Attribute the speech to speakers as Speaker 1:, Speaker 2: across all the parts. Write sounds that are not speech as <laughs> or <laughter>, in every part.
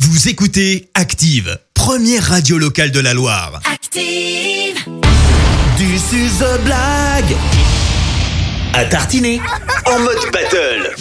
Speaker 1: Vous écoutez Active, première radio locale de la Loire.
Speaker 2: Active.
Speaker 3: Du suzo blague à tartiner en mode battle.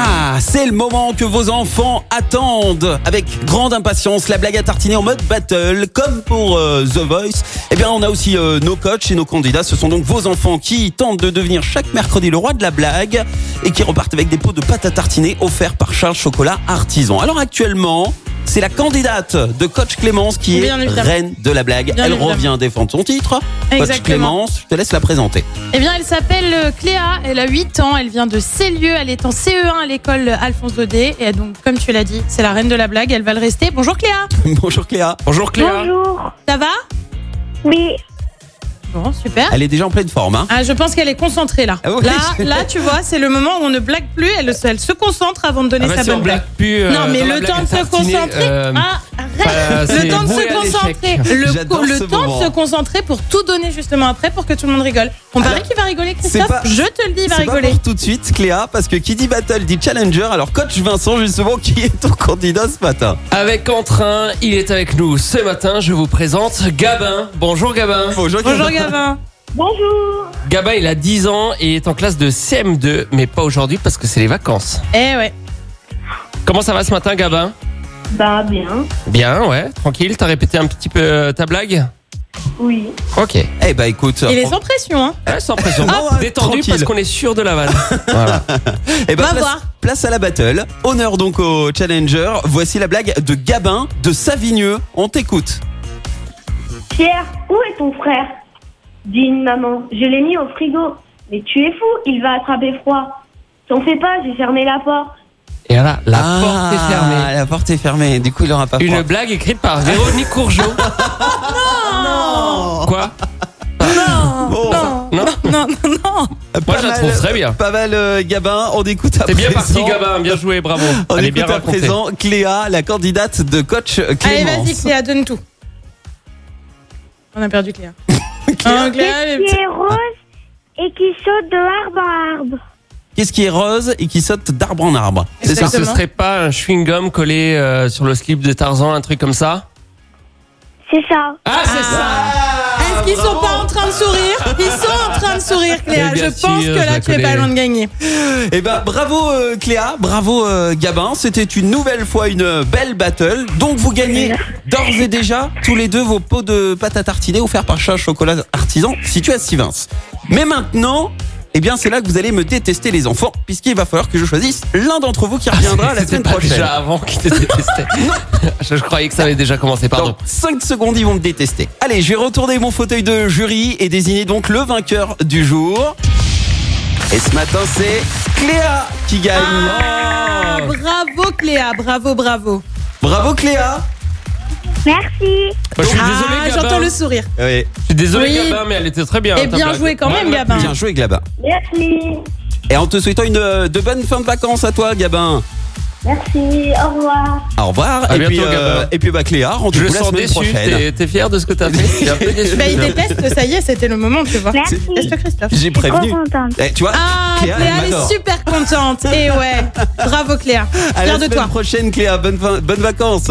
Speaker 4: Ah, c'est le moment que vos enfants attendent avec grande impatience. La blague à tartiner en mode battle, comme pour euh, The Voice. Eh bien, on a aussi euh, nos coachs et nos candidats. Ce sont donc vos enfants qui tentent de devenir chaque mercredi le roi de la blague et qui repartent avec des pots de pâte à tartiner offerts par Charles Chocolat Artisan. Alors actuellement, c'est la candidate de Coach Clémence qui est
Speaker 5: Bien évidemment.
Speaker 4: reine de la blague.
Speaker 5: Bien
Speaker 4: Elle
Speaker 5: évidemment.
Speaker 4: revient défendre son titre. Coach
Speaker 5: Exactement.
Speaker 4: Clémence, je te laisse la présenter. <laughs>
Speaker 5: Eh bien, elle s'appelle euh, Cléa, elle a 8 ans, elle vient de Célieu, elle est en CE1 à l'école Alphonse Daudet. Et donc, comme tu l'as dit, c'est la reine de la blague, elle va le rester. Bonjour Cléa,
Speaker 4: Bonjour Cléa. Bonjour
Speaker 6: Bonjour.
Speaker 5: ça va
Speaker 6: Oui,
Speaker 5: Bon, super.
Speaker 4: Elle est déjà en pleine forme. Hein.
Speaker 5: Ah, je pense qu'elle est concentrée là.
Speaker 4: Ah oui.
Speaker 5: Là, là, tu vois, c'est le moment où on ne blague plus, elle, se- elle se concentre avant de donner
Speaker 7: Ah bah,
Speaker 5: sa
Speaker 7: si on
Speaker 5: bonne blague.
Speaker 7: blague plus, euh,
Speaker 5: non, mais
Speaker 7: dans la
Speaker 5: le
Speaker 7: blague
Speaker 5: temps
Speaker 7: à
Speaker 5: de se
Speaker 7: tartiner,
Speaker 5: concentrer.
Speaker 7: euh,
Speaker 5: Ah, arrête.
Speaker 7: bah,
Speaker 5: le
Speaker 7: c'est
Speaker 5: temps de
Speaker 7: voué
Speaker 5: se
Speaker 7: à
Speaker 5: concentrer.
Speaker 7: l'échec. <laughs>
Speaker 5: Le,
Speaker 4: J'adore
Speaker 5: co- le
Speaker 4: ce
Speaker 5: temps
Speaker 4: moment.
Speaker 5: de se concentrer pour tout donner justement après pour que tout le monde rigole.
Speaker 7: Ah,
Speaker 5: On
Speaker 4: Alors,
Speaker 5: paraît qu'il va rigoler,
Speaker 4: c'est
Speaker 5: Christophe.
Speaker 4: pas-
Speaker 5: je te le dis, il va
Speaker 4: C'est pas
Speaker 5: rigoler.
Speaker 4: pour tout de suite, Cléa, parce que qui dit battle dit challenger. Alors, coach Vincent, justement, <laughs> qui est ton candidat ce matin
Speaker 5: Ah.
Speaker 7: Avec Entrain, il est avec nous ce matin. Je vous présente Gabin. Bonjour Gabin.
Speaker 4: Bonjour,
Speaker 5: Bonjour Gavin.
Speaker 6: bonjour.
Speaker 7: Gabin, il a 10 ans et est en classe de CM2, mais pas aujourd'hui parce que c'est les vacances.
Speaker 5: Eh ouais.
Speaker 7: Comment ça va ce matin, Gabin
Speaker 6: Bah bien,
Speaker 7: Bien, ouais, tranquille. T'as répété un petit peu euh, ta blague
Speaker 6: oui.
Speaker 7: Ok.
Speaker 4: Eh bah, écoute.
Speaker 5: Il est sans pression, hein.
Speaker 7: Ouais, sans pression.
Speaker 4: Ah,
Speaker 7: Détendu
Speaker 4: tranquille.
Speaker 7: parce qu'on est sûr de la vanne. voilà.
Speaker 4: eh bah,
Speaker 5: Va
Speaker 4: place,
Speaker 5: voir.
Speaker 4: place à la battle. Honneur donc au challenger. Voici la blague de Gabin de Savigneux. On t'écoute.
Speaker 6: Pierre, où est ton frère Dit une maman. Je l'ai mis au frigo. Mais tu es fou, il va attraper froid. T'en fais pas, j'ai fermé la porte.
Speaker 7: Et voilà, la
Speaker 4: Ah,
Speaker 7: porte est fermée.
Speaker 4: La porte est fermée. Du coup, il aura pas
Speaker 7: Une
Speaker 4: froid.
Speaker 7: blague écrite par Véronique
Speaker 6: <laughs>
Speaker 7: Courgeot.
Speaker 4: Oh,
Speaker 7: Quoi
Speaker 5: Non,
Speaker 4: Bon.
Speaker 5: non,
Speaker 7: Non.
Speaker 5: non, non, non, non.
Speaker 7: Moi,
Speaker 4: Pas
Speaker 7: je la
Speaker 4: mal.
Speaker 7: trouve très bien.
Speaker 4: Pas mal, euh, Gabin. On écoute à
Speaker 7: T'es bien
Speaker 4: présent.
Speaker 7: parti, Gabin. Bien joué, bravo.
Speaker 4: On
Speaker 7: Elle est
Speaker 4: écoute
Speaker 7: bien
Speaker 4: à
Speaker 7: racontée.
Speaker 4: présent Cléa, la candidate de coach Clémence.
Speaker 5: Allez, vas-y, Cléa, donne tout. On a perdu
Speaker 7: <laughs>
Speaker 5: Cléa. Ah, Cléa, elle est-
Speaker 6: est rose et qui saute de arbre à arbre.
Speaker 4: Qu'est-ce qui est rose et qui saute d'arbre en arbre
Speaker 7: C'est ça. Ce
Speaker 5: Exactement.
Speaker 7: serait pas un chewing-gum collé euh, sur le slip de Tarzan, un truc comme ça
Speaker 6: C'est ça.
Speaker 7: Ah, c'est
Speaker 5: Est-ce qu'ils sont pas en train de sourire Ils sont en train de sourire, Cléa.
Speaker 7: Mais
Speaker 5: Je
Speaker 7: Eh bien
Speaker 5: pense
Speaker 7: sûr,
Speaker 5: que
Speaker 7: je
Speaker 5: là,
Speaker 7: la
Speaker 5: tu es pas
Speaker 7: connais.
Speaker 5: loin de gagner.
Speaker 4: Eh ben bravo euh, Cléa, bravo euh, Gabin, c'était une nouvelle fois une euh, belle battle. Donc vous gagnez d'ores et déjà tous les deux vos pots de pâte à tartiner offerts par Chat Chocolat Artisan situé à Sivins. Mais maintenant, eh bien c'est là que vous allez me détester les enfants puisqu'il va falloir que je choisisse l'un d'entre vous qui reviendra la
Speaker 7: Ah, C'était
Speaker 4: semaine
Speaker 7: pas
Speaker 4: prochaine.
Speaker 7: déjà avant qu'il te détestait. je, je croyais que ça avait déjà commencé, pardon.
Speaker 4: Dans 5 secondes, ils vont me détester. Allez, je vais retourner mon fauteuil de jury et désigner donc le vainqueur du jour. Et ce matin, c'est Cléa qui gagne.
Speaker 5: Ah, bravo, Cléa. Bravo, bravo.
Speaker 4: Bravo Cléa
Speaker 6: Merci.
Speaker 7: Moi, je suis
Speaker 5: Ah,
Speaker 7: désolé, Gabin.
Speaker 5: j'entends le sourire.
Speaker 4: Oui.
Speaker 7: Je suis désolé,
Speaker 5: Oui.
Speaker 7: Gabin, mais elle était très bien.
Speaker 5: Et
Speaker 7: ta
Speaker 5: Eh bien
Speaker 7: blague.
Speaker 5: joué quand
Speaker 7: Ouais,
Speaker 5: même,
Speaker 7: ouais.
Speaker 5: Gabin.
Speaker 4: Bien joué Gabin.
Speaker 6: Merci.
Speaker 4: Et en te souhaitant une euh, de bonnes fins de vacances à toi Gabin.
Speaker 6: Merci. Au revoir.
Speaker 4: Au revoir.
Speaker 7: À
Speaker 4: et,
Speaker 7: bientôt,
Speaker 4: puis,
Speaker 7: Gabin.
Speaker 4: et puis bah Cléa,
Speaker 7: Je le
Speaker 4: rendez-vous la
Speaker 7: sens
Speaker 4: semaine
Speaker 7: déçu.
Speaker 4: prochaine.
Speaker 7: T'es- T'es fier de ce que t'as fait Je suis un peu déçu.
Speaker 5: Bah, il déteste, ça y est, c'était le moment, tu vois.
Speaker 6: Merci.
Speaker 5: Teste Christophe.
Speaker 4: J'ai prévenu.
Speaker 6: contente.
Speaker 4: Eh, tu vois,
Speaker 5: Ah,
Speaker 4: Cléa,
Speaker 5: Cléa,
Speaker 4: elle
Speaker 5: elle est
Speaker 4: m'adore.
Speaker 5: super contente. Et ouais, bravo Cléa.
Speaker 4: À la
Speaker 5: Fière de
Speaker 4: semaine
Speaker 5: toi.
Speaker 4: prochaine Cléa, bonnes fin- bonnes vacances.